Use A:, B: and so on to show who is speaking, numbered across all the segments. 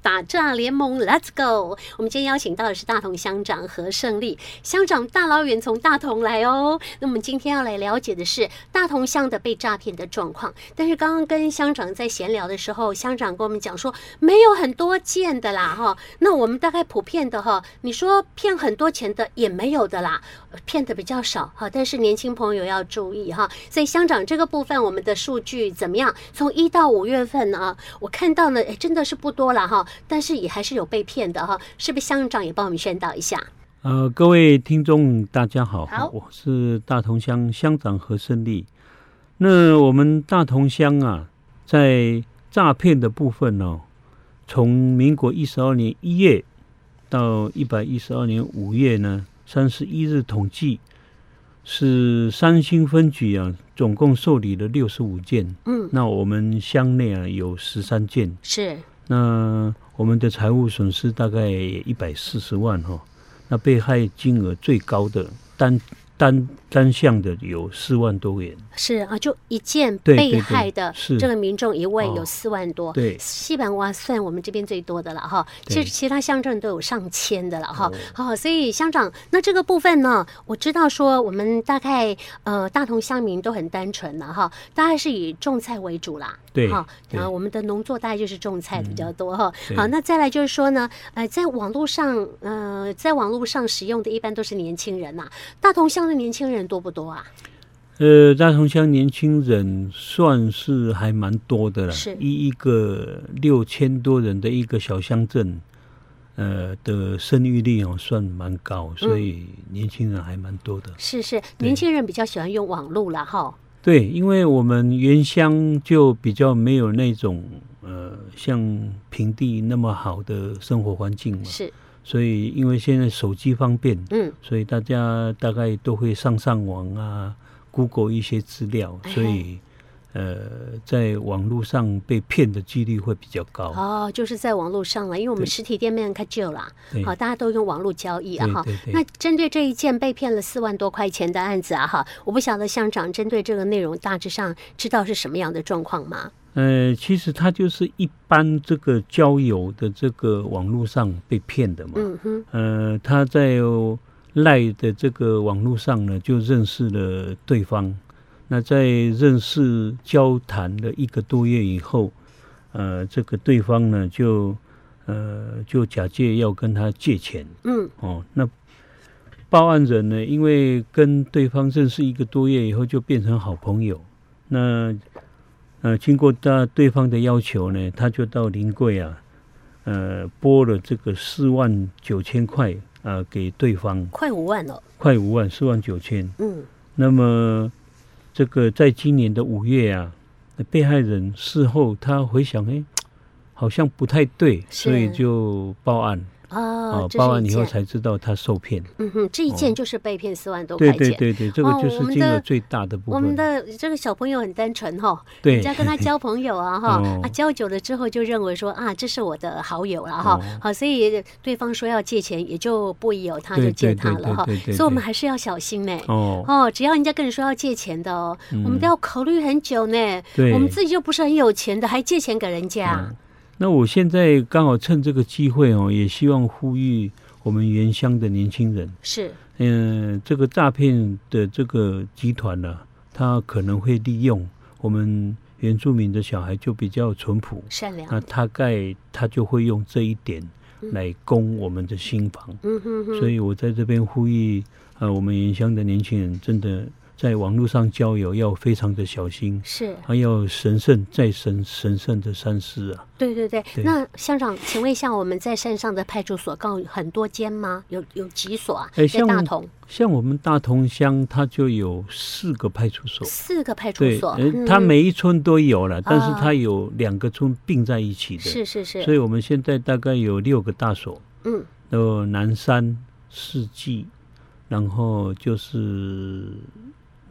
A: 打诈联盟，Let's go！我们今天邀请到的是大同乡长何胜利，乡长大老远从大同来哦。那我们今天要来了解的是大同乡的被诈骗的状况，但是刚刚跟乡长在闲聊的时候，乡长跟我们讲说没有很多件的啦哈，那我们大概普遍的哈，你说骗很多钱的也没有的啦，骗的比较少哈，但是年轻朋友要注意哈，所以乡长这个部分我们的数据怎么样？从一到五月份呢，我看到呢，哎，真的是不多了哈，但是也还是有被骗的哈，是不是乡长也帮我们宣导一下？
B: 呃，各位听众大家好，
A: 好
B: 我是大同乡乡长何胜利。那我们大同乡啊，在诈骗的部分哦，从民国一十二年一月到一百一十二年五月呢，三十一日统计是三星分局啊，总共受理了六十五件。
A: 嗯，
B: 那我们乡内啊有十三件，
A: 是
B: 那我们的财务损失大概一百四十万哈、哦，那被害金额最高的单单单项的有四万多元，
A: 是啊，就一件
B: 对
A: 被
B: 对
A: 害的
B: 是
A: 这个民众一位有
B: 哦
A: 四万多，
B: 对
A: 西班牙算我们这边最多的了哈。其
B: 对哦
A: 实其他乡镇都有上千的了哈。好、所以乡长，那这个部分呢，我知道说我们大概呃大同乡民都很单纯了哈，大概是以种菜为主啦。
B: 对
A: 哈，
B: 对
A: 然后我们的农作大概就是种菜的比较多哈。
B: 对
A: 好，那再来就是说呢，呃，在网络上，呃，在网络上使用的一般都是年轻人呐、大同乡的年轻人多不多啊？
B: 呃，大同乡年轻人算是还蛮多的了
A: 是，
B: 以一个六千多人的一个小乡镇，呃的生育率哦算蛮高，所以年轻人还蛮多的。
A: 是是，年轻人比较喜欢用网络啦哈。
B: 对，因为我们原乡就比较没有那种呃像平地那么好的生活环境嘛，
A: 是，
B: 所以因为现在手机方便，
A: 嗯，
B: 所以大家大概都会上上网啊，Google 一些资料，
A: 哎
B: 所以呃在网络上被骗的几率会比较高。
A: 哦，就是在网络上了，因为我们
B: 对
A: 实体店面开旧啦，
B: 对
A: 哦好，大家都用网络交易啊
B: 对
A: 哈
B: 对。对
A: 那针对这一件被骗了四万多块钱的案子啊哈，我不晓得乡长针对这个内容大致上知道是什么样的状况吗？
B: 呃，其实它就是一般这个交友的这个网络上被骗的嘛。
A: 嗯哼，
B: 呃，他在赖的这个网络上呢，就认识了对方。那在认识交谈了一个多月以后，呃，这个对方呢就呃就假借要跟他借钱
A: 嗯，
B: 哦。那报案人呢，因为跟对方认识一个多月以后，就变成好朋友。那呃，经过他对方的要求呢，他就到临柜啊，呃，拨了这个四万九千块啊、呃给对方，
A: 快五万了，
B: 快五万，四万九千。
A: 嗯，
B: 那么这个在今年的五月啊，被害人事后他回想，哎，好像不太对，
A: 是
B: 所以就报案啊、
A: 哦，这
B: 报
A: 是
B: 案
A: 一
B: 以后
A: 件，
B: 才知道他受骗。
A: 嗯哼，这一件
B: 哦
A: 就是被骗四万多块
B: 对
A: 钱。
B: 对对对，这个
A: 哦
B: 就
A: 我
B: 是
A: 们
B: 金额
A: 的
B: 最大的部
A: 我
B: 分。
A: 们的这个小朋友很单纯哈、哦，人
B: 对
A: 家跟他交朋友啊 哈、
B: 哦
A: 啊交久了之后就认为说啊这是我的好友了哈、
B: 哦
A: 好，所以对方说要借钱也就不疑有他，
B: 对
A: 就借
B: 对
A: 他
B: 对
A: 了哈、
B: 对对对
A: 所以我们
B: 对
A: 还是要小心呢、
B: 哦，嗯
A: 哦，只要人家跟你说要借钱的哦，我们都要考虑很久呢。
B: 对
A: 我们自己啊又不是很有钱的，还借钱给人家
B: 嗯，那我现在刚好趁这个机会哦，也希望呼吁我们原乡的年轻人，
A: 是
B: 嗯、这个诈骗的这个集团呢、他可能会利用我们原住民的小孩就比较淳朴，
A: 善良。
B: 那大概他就会用这一点来攻我们的心房。
A: 嗯哼哼，
B: 所以我在这边呼吁，呃，我们原乡的年轻人真的在网络上交友要非常的小心，
A: 是
B: 还要神圣再神神圣的三思啊。
A: 对对对。
B: 对
A: 那乡长，请问一下，我们在山上的派出所共有很多间吗？有有几所啊？
B: 哎
A: 在大
B: 像
A: 同
B: 像我们大同乡，它就有四个派出所，
A: 四个派出
B: 对，
A: 所，嗯
B: 呃它每一村都有了，但是
A: 啊
B: 它有两个村并在一起的，
A: 是是是，
B: 所以我们现在大概有六个大所，
A: 嗯，
B: 呃，南山、四季，然后就是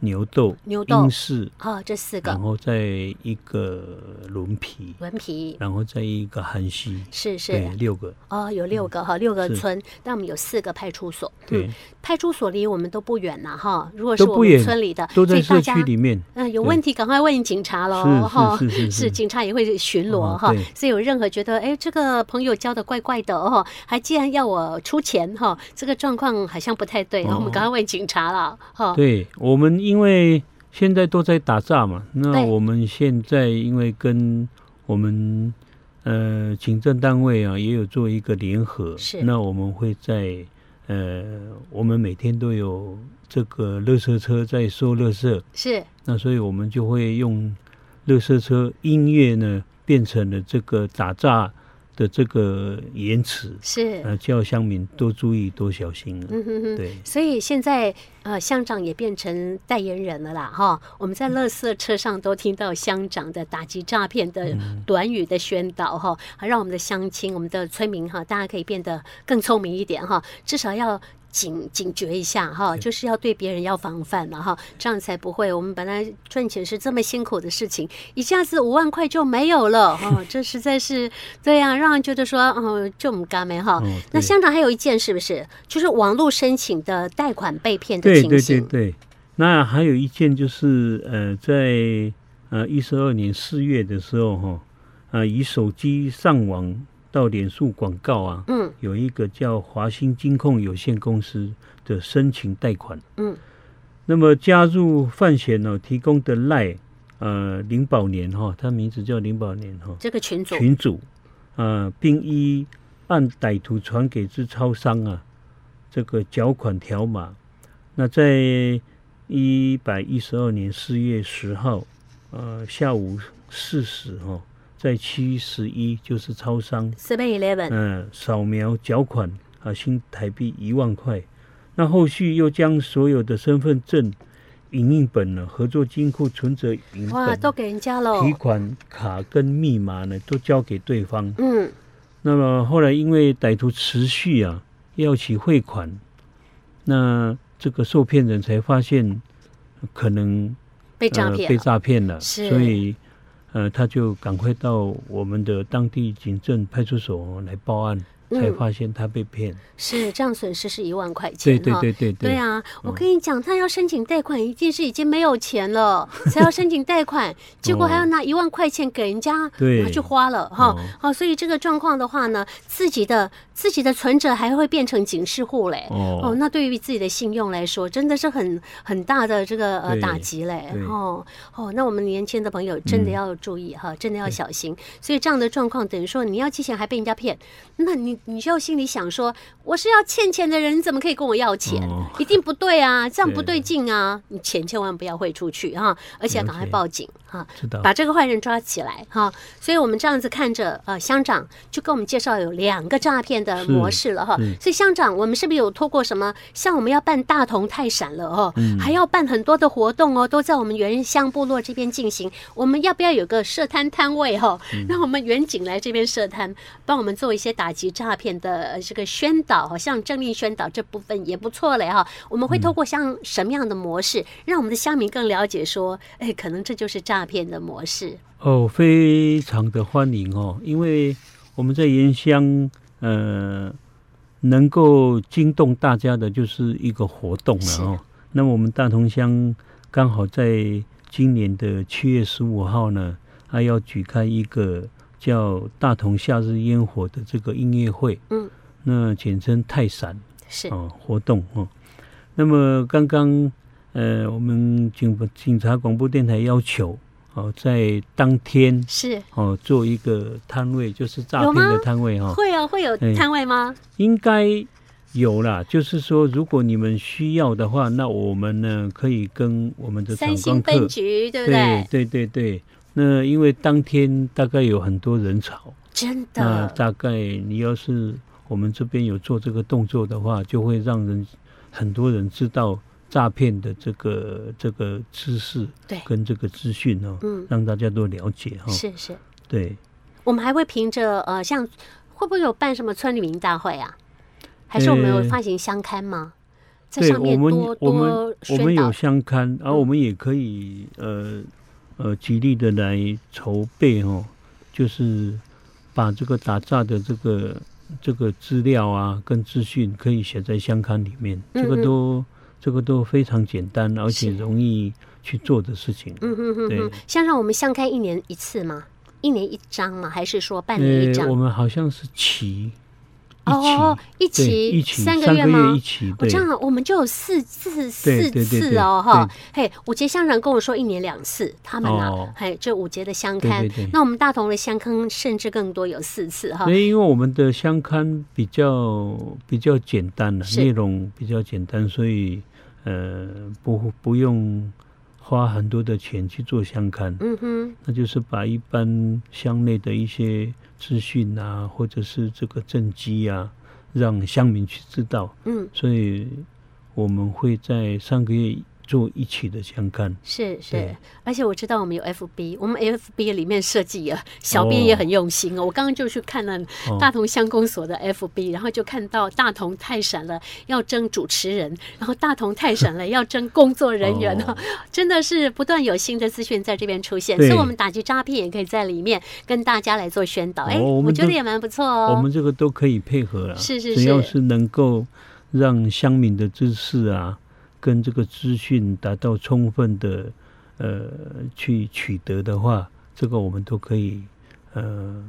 B: 牛痘、
A: 牛痘
B: 英式，
A: 哦，这四
B: 然
A: 个
B: 后再一个轮皮，
A: 文皮
B: 然后再一个韩西，
A: 是
B: 嗯对，
A: 是
B: 六个，
A: 哦，有六个哈，六个
B: 是
A: 村，但我们有四个派出所，
B: 对，，
A: 派出所离我们都不远呐哈，如果是
B: 都
A: 我
B: 不
A: 们
B: 远
A: 村里的，所
B: 都在
A: 以大
B: 社
A: 家
B: 区里面，
A: 嗯，有
B: 对
A: 问题赶快问警察喽，
B: 是
A: 哈，
B: 是是是是
A: 警察也会巡逻
B: 哦
A: 哈
B: 对，
A: 所以有任何觉得哎这个朋友交的怪怪的哦，还既然要我出钱哈，这个状况好像不太对，
B: 哦
A: 我们赶快问警察了哈。
B: 对我们，因为现在都在打仗嘛，那
A: 对
B: 我们现在因为跟我们呃警政单位啊也有做一个联合，
A: 是
B: 那我们会在呃我们每天都有这个垃圾车在收垃圾，
A: 是
B: 那所以我们就会用垃圾车音乐呢变成了这个打炸的这个言辞，
A: 是，
B: 呃，叫乡民多注意多小心啊，
A: 嗯哼哼。
B: 对。
A: 所以现在呃，乡长也变成代言人了啦哈。我们在垃圾车上都听到乡长的打击诈骗的短语的宣导哈，啊让我们的乡亲、我们的村民哈，大家可以变得更聪明一点哈，至少要。警警觉一下哈，就是要对别人要防范了哈，这样才不会。我们本来赚钱是这么辛苦的事情，一下子五万块就没有了哦，这实在是对呀、让人觉得说，哦，就唔甘没哈。
B: 哦
A: 那
B: 对
A: 香港还有一件是不是，就是网络申请的贷款被骗的
B: 对
A: 情
B: 对对
A: 形？
B: 对，那还有一件就是呃，在呃一十二年四月的时候哈，呃，以手机上网到脸书广告啊，
A: 嗯
B: 有一个叫华兴金控有限公司的申请贷款，
A: 嗯，
B: 那么加入范闲哦提供的赖呃林宝年哈、他名字叫林宝年哈、
A: 这个群组
B: 群主，呃，并依按歹徒传给之超商啊，这个缴款条码。那在一百一十二年四月十号，呃，下午四时哈，在七十一就是超商，
A: Seven Eleven
B: 嗯、扫描缴款啊，新台币一万块。那后续又将所有的身份证、影印本呢、合作金库存折影印
A: 哇，
B: 本
A: 都给人家喽。
B: 提款卡跟密码呢都交给对方。
A: 嗯，
B: 那么后来因为歹徒持续啊要起汇款，那这个受骗人才发现可能
A: 被诈
B: 呃、
A: 骗
B: 被
A: 了。
B: 诈骗了，
A: 是
B: 所以呃他就赶快到我们的当地警政派出所来报案，
A: 嗯
B: 才发现他被骗。
A: 是这样损失是一万块钱
B: 对
A: 哈。
B: 对对对嗯
A: 对啊，我跟你讲，他要申请贷款，一定是已经没有钱 了，才要申请贷款，结果还要拿一万块钱给人家
B: 对
A: 拿去花了哈
B: 哦。
A: 好、所以这个状况的话呢，自己的自己的存折还会变成警示户嘞。哦，
B: 哦，
A: 那对于自己的信用来说，真的是很很大的这个呃
B: 对
A: 打击嘞
B: 对。
A: 哦哦，那我们年轻的朋友真的
B: 嗯
A: 要注意哈，真的要小心。所以这样的状况，等于说你要借钱还被人家骗，那你你就心里想说，我是要欠钱的人，你怎么可以跟我要钱？
B: 哦
A: 一定不对啊，这样
B: 对
A: 不对劲啊！你钱千万不要汇出去哈，而且要赶快
B: 了解
A: 报警哈。
B: 知道
A: 把这个坏人抓起来哈。所以我们这样子看着，呃，乡长就跟我们介绍有两个诈骗的
B: 是
A: 模式了哈
B: 是。
A: 所以乡长，我们是不是有透过什么？像我们要办大同泰闪了哦，
B: 嗯
A: 还要办很多的活动哦，都在我们原乡部落这边进行。我们要不要有个设摊摊位哦？
B: 嗯
A: 让我们远景来这边设摊，帮我们做一些打击诈骗的呃这个宣导，好像政令宣导这部分也不错嘞哈。我们会透过像什么样的模式，让我们的乡民更了解说，哎，可能这就是诈骗的模式。
B: 哦，非常的欢迎哦，因为我们在原乡，呃，能够惊动大家的就是一个活动了哦。那么我们大同乡刚好在今年的七月十五号呢，还要举开一个叫“大同夏日烟火”的这个音乐会，
A: 嗯，
B: 那简称泰闪。
A: 是
B: 哦活动哦。那么刚刚呃，我们警警察广播电台要求哦，在当天
A: 是
B: 哦做一个摊位，就是诈
A: 有
B: 骗
A: 吗
B: 的摊位哦，
A: 会哦，会有
B: 哎
A: 摊位吗？
B: 应该有啦。就是说，如果你们需要的话，那我们呢可以跟我们的
A: 三
B: 厂
A: 星
B: 光客
A: 分，局对不
B: 对
A: 对？
B: 对对对。那因为当天大概有很多人潮，
A: 真
B: 那
A: 的
B: 大概你要是我们这边有做这个动作的话，就会让人很多人知道诈骗的这个这个知识
A: 对，
B: 跟这个资讯哦，
A: 嗯
B: 让大家都了解哈、哦。
A: 是是，
B: 对，
A: 我们还会凭着呃，像会不会有办什么村里民大会啊？还是我们有
B: 呃
A: 发行相刊吗？在上面
B: 对
A: 多
B: 我们
A: 多
B: 我们
A: 宣
B: 有
A: 导。
B: 相刊，而、
A: 嗯
B: 我们也可以呃呃极力的来筹备哦，就是把这个打炸的这个这个资料啊跟资讯可以写在相刊里面，
A: 嗯
B: 这个
A: 嗯
B: 都这个都非常简单，而且
A: 是
B: 容易去做的事情。
A: 嗯哼哼哼
B: 对，
A: 像让我们相看一年一次吗？一年一张吗？还是说半年一张
B: 呃我？们好像是期一期，
A: 哦，一
B: 对一
A: 期
B: 期
A: 三
B: 个
A: 个月吗
B: 一？期，
A: 哦，
B: 对
A: 这样啊我们就有四四
B: 对
A: 四
B: 对对
A: 次
B: 对
A: 哦，哈，嘿，五节乡人跟我说一年两次，他们啊
B: 哦，
A: 嘿，这五节的相
B: 对
A: 刊
B: 对对，
A: 那我们大同的相刊甚至更多有四次哈
B: 所，以，因为我们的相刊比较比较简单了，
A: 是
B: 内容比较简单，所以呃，不不用花很多的钱去做相刊，
A: 嗯哼，
B: 那就是把一般乡内的一些资讯啊，或者是这个政绩啊，让乡民去知道。
A: 嗯，
B: 所以我们会在上个月做一期的相刊。
A: 是是
B: 对，
A: 而且我知道我们有 FB，我们 FB 里面设计啊，小编也很用心哦。我刚刚就去看了
B: 哦
A: 大同乡公所的 FB，然后就看到大同泰闪了要争主持人，然后大同泰闪了要争工作人员哦
B: 哦，
A: 真的是不断有新的资讯在这边出现，所
B: 对
A: 以我们打击诈骗也可以在里面跟大家来做宣导。哎，
B: 哦我们
A: 我觉
B: 都
A: 得也蛮不错
B: 我
A: 哦。
B: 们这个都可以配合啊，
A: 是是
B: 只要
A: 是
B: 是能够让乡民的知识啊，跟这个资讯达到充分的呃去取得的话，这个我们都可以呃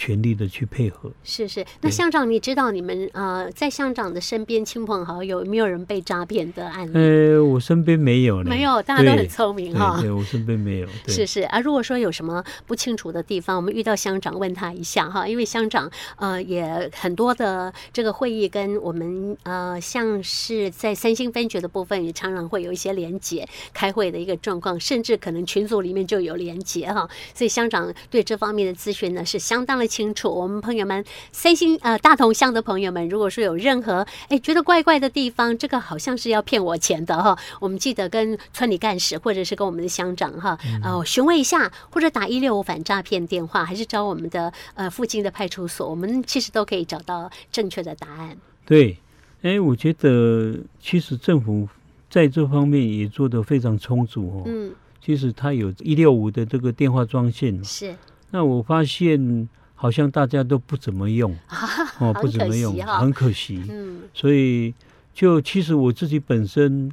B: 全力的去配合。
A: 是是，那
B: 对
A: 乡长，你知道你们呃，在乡长的身边亲朋好友有没有人被诈骗的案例？
B: 呃，我身边没有
A: 嗯
B: 呢，
A: 没有，大家都
B: 对
A: 很聪明哈、
B: 对对，我身边没有，对
A: 是是啊，如果说有什么不清楚的地方，我们遇到乡长问他一下哈，因为乡长呃也很多的这个会议跟我们呃像是在三星分局的部分也常常会有一些连结，开会的一个状况，甚至可能群组里面就有连结哈，所以乡长对这方面的咨询呢是相当的清楚。我们朋友们，三星呃大同乡的朋友们，如果说有任何哎觉得怪怪的地方，这个好像是要骗我钱的哈，我们记得跟村里干事或者是跟我们的乡长哈，
B: 嗯
A: 呃询问一下，或者打一六五反诈骗电话，还是找我们的呃附近的派出所，我们其实都可以找到正确的答案。
B: 对，哎，我觉得其实政府在这方面也做得非常充足哦。
A: 嗯，
B: 其实它有一六五的这个电话专线哦嘛，
A: 是
B: 那我发现好像大家都不怎么用，
A: 啊，
B: 哦，
A: 很
B: 不怎
A: 可
B: 么
A: 惜
B: 用，
A: 哈
B: 很可惜。
A: 嗯
B: 所以就其实我自己本身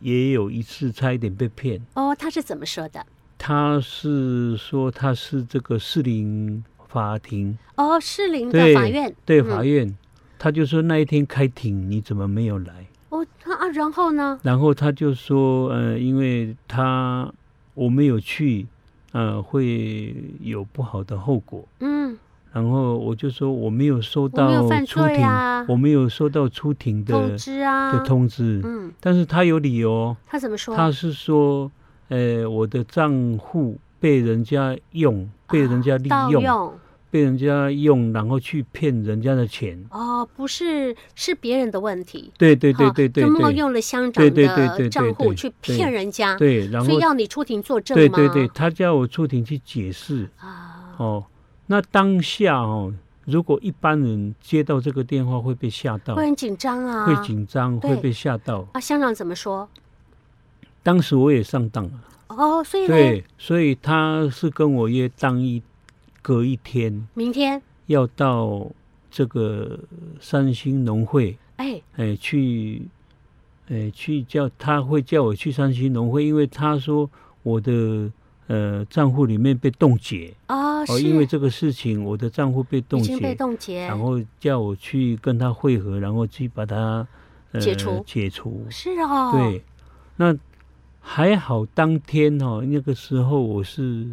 B: 也有一次差一点被骗，
A: 哦，他是怎么说的？
B: 他是说他是这个士林法庭
A: 哦，士林的
B: 对
A: 法院
B: 对
A: 嗯
B: 法院，他就说那一天开庭你怎么没有来？
A: 哦，他啊，然后呢？
B: 然后他就说，呃，因为他我没有去，呃，会有不好的后果。
A: 嗯，
B: 然后我就说我没有收
A: 我没有
B: 到
A: 犯
B: 出
A: 罪
B: 庭，
A: 啊
B: 我没有收到出庭
A: 通
B: 的
A: 知啊，
B: 的通知，
A: 嗯，
B: 但是他有理由哦，
A: 他怎么说？
B: 他是说，呃，我的账户被人家用，被人家利
A: 啊盗
B: 用，
A: 用
B: 被人家用，然后去骗人家的钱。
A: 哦，不是，是别人的问题。
B: 对对对
A: 哈
B: 对对
A: 啊就冒
B: 对，
A: 用了乡长
B: 对对对对
A: 的
B: 对
A: 账户
B: 对
A: 去
B: 对
A: 骗人家，
B: 对，然
A: 所以
B: 后
A: 要你啊出庭作证
B: 对
A: 吗？
B: 对对，他叫我出庭去解释
A: 啊，
B: 哦。那当下哦，如果一般人接到这个电话会被吓到，
A: 会很紧张啊，
B: 哦会紧张，会
A: 对
B: 被吓到。
A: 啊。乡长怎么说？
B: 当时我也上当了，
A: 哦，所以呢，
B: 对，所以他是跟我约当一隔一天
A: 明天
B: 要到这个三星农会，
A: 哎，
B: 哎、去，哎、去叫他会叫我去三星农会，因为他说我的呃账户里面被冻结，
A: 哦，
B: 哦，
A: 是
B: 因为这个事情我的账户被冻
A: 已
B: 结
A: 经，被冻结，
B: 然后叫我去跟他会合，然后去把他、呃、
A: 解除
B: 解除，
A: 是哦，，
B: 对，那还好，当天哦，那个时候我是，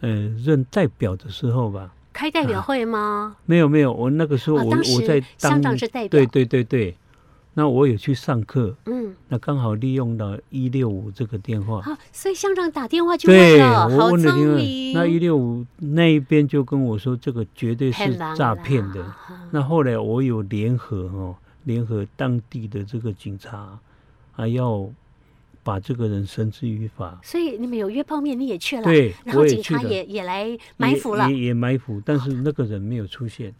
B: 呃，任代表的时候吧，
A: 开代表会吗？
B: 没有没有，我那个时候
A: 哦
B: 啊我、
A: 当
B: 我
A: 时
B: 在当
A: 乡长是代表
B: 对对对对，那我有去上课，
A: 嗯，
B: 那刚好利用了一六五这个电话，
A: 好，所以乡长打电话去啊问
B: 对
A: 了，
B: 我
A: 好
B: 问了
A: 聪
B: 另外
A: 明，
B: 那一六五那一边就跟我说这个绝对
A: 骗
B: 是
A: 人啊
B: 诈
A: 啦
B: 骗的，
A: 嗯
B: 那后来我有联合哦，联合当地的这个警察，还要把这个人绳之于法。
A: 所以你们有约泡面，你也去了，
B: 对
A: 然
B: 我
A: 后
B: 也
A: 警
B: 去
A: 察
B: 了
A: 也也来埋伏了，
B: 也也也埋伏，但是那个人没有出现。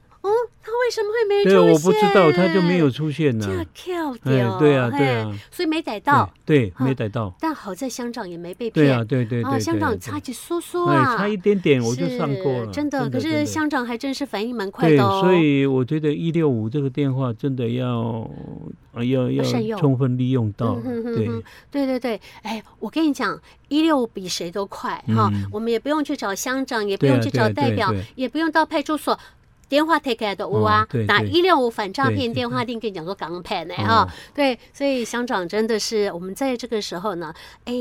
A: 他为什么会没出
B: 对，
A: 现？
B: 我不知道，他就没有出现呢、
A: 这跳
B: 哎
A: 掉，，
B: 对啊，对
A: 嘿
B: 啊，
A: 所以没逮到。
B: 对，对
A: 嗯
B: 没逮到，
A: 但好在乡长也没被
B: 对
A: 骗
B: 啊，对对对，
A: 啊，
B: 对
A: 乡长
B: 对
A: 差几梭梭
B: 哎，
A: 啊，
B: 差一点点我就上
A: 是
B: 钩了，
A: 真的。可是
B: 真
A: 乡长还真是反应蛮快
B: 对，
A: 的哦。
B: 所以我觉得一六五这个电话真的要呃要要
A: 善用
B: 充分利用到，
A: 嗯哼哼
B: 对
A: 哼对对对，哎，我跟你讲，一六比谁都快哈、
B: 嗯
A: 我们也不用去找乡长，也不
B: 对啊
A: 用去
B: 对啊
A: 找代
B: 对啊
A: 表
B: 对啊，
A: 也不用到派出所。电话 take care 的我
B: 哦
A: 啊，
B: 对
A: 打
B: 对
A: 一六五反诈
B: 对
A: 骗
B: 对
A: 电话，一定跟你讲说港派呢
B: 哦
A: 哈、对，所以乡长真的是我们在这个时候呢，哎，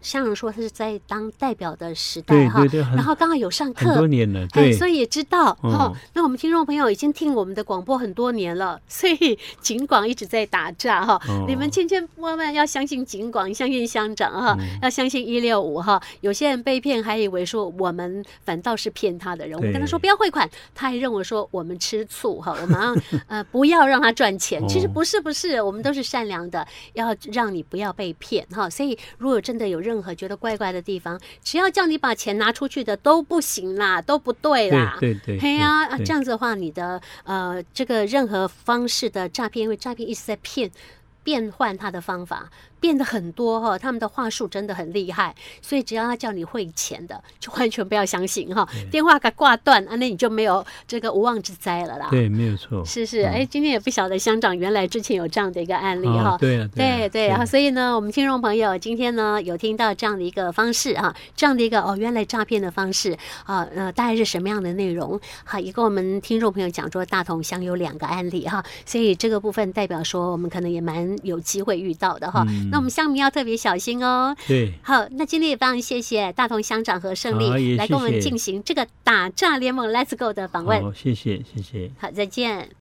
A: 乡长说他是在当代表的时代
B: 对
A: 哈
B: 对，对，很
A: 然后刚好有上
B: 很多
A: 课。
B: 年了，
A: 哎，
B: 对，
A: 所以也知道
B: 嗯
A: 哦。那我们听众朋友已经听我们的广播很多年了， 所以警广一直在打诈哈、
B: 哦
A: 你们千千万万要相信警广，相信乡长哈、
B: 嗯
A: 要相信一六五哈。有些人被骗还以为说我们反倒是骗他的人，我们跟他说
B: 对
A: 不要汇款，他还认为说我们吃醋哈，我们要呃 不要让他赚钱。其实
B: 哦
A: 不是不是，我们都是善良的，要让你不要被骗哈。所以如果真的有任何觉得怪怪的地方，只要叫你把钱拿出去的都不行啦，都不对啦。
B: 对对对，
A: 嘿呀、啊，
B: 对
A: 这样子的话，你的呃，这个任何方式的诈骗，因为诈骗一直在骗。变换他的方法变得很多哈、他们的话术真的很厉害，所以只要他叫你汇钱的，就完全不要相信哈、电话给挂断啊，那你就没有这个无妄之灾了啦。
B: 对，没有错，
A: 是是，
B: 嗯
A: 哎、今天也不晓得乡长原来之前有这样的一个案例哈、
B: 啊，对啊，啊
A: 对对，然后所以呢，我们听众朋友今天呢有听到这样的一个方式啊，这样的一个哦，原来诈骗的方式啊，呃，大概是什么样的内容？好，也跟我们听众朋友讲说，大同乡有两个案例哈、所以这个部分代表说我们可能也蛮有机会遇到的哈、
B: 嗯
A: 那我们乡民要特别小心哦。
B: 对，
A: 好，那今天也非常谢谢大同乡长和胜
B: 好
A: 利
B: 也
A: 来跟我们
B: 谢谢
A: 进行这个打诈联盟 Let's Go 的访问。
B: 好，谢谢，谢谢。
A: 好，再见。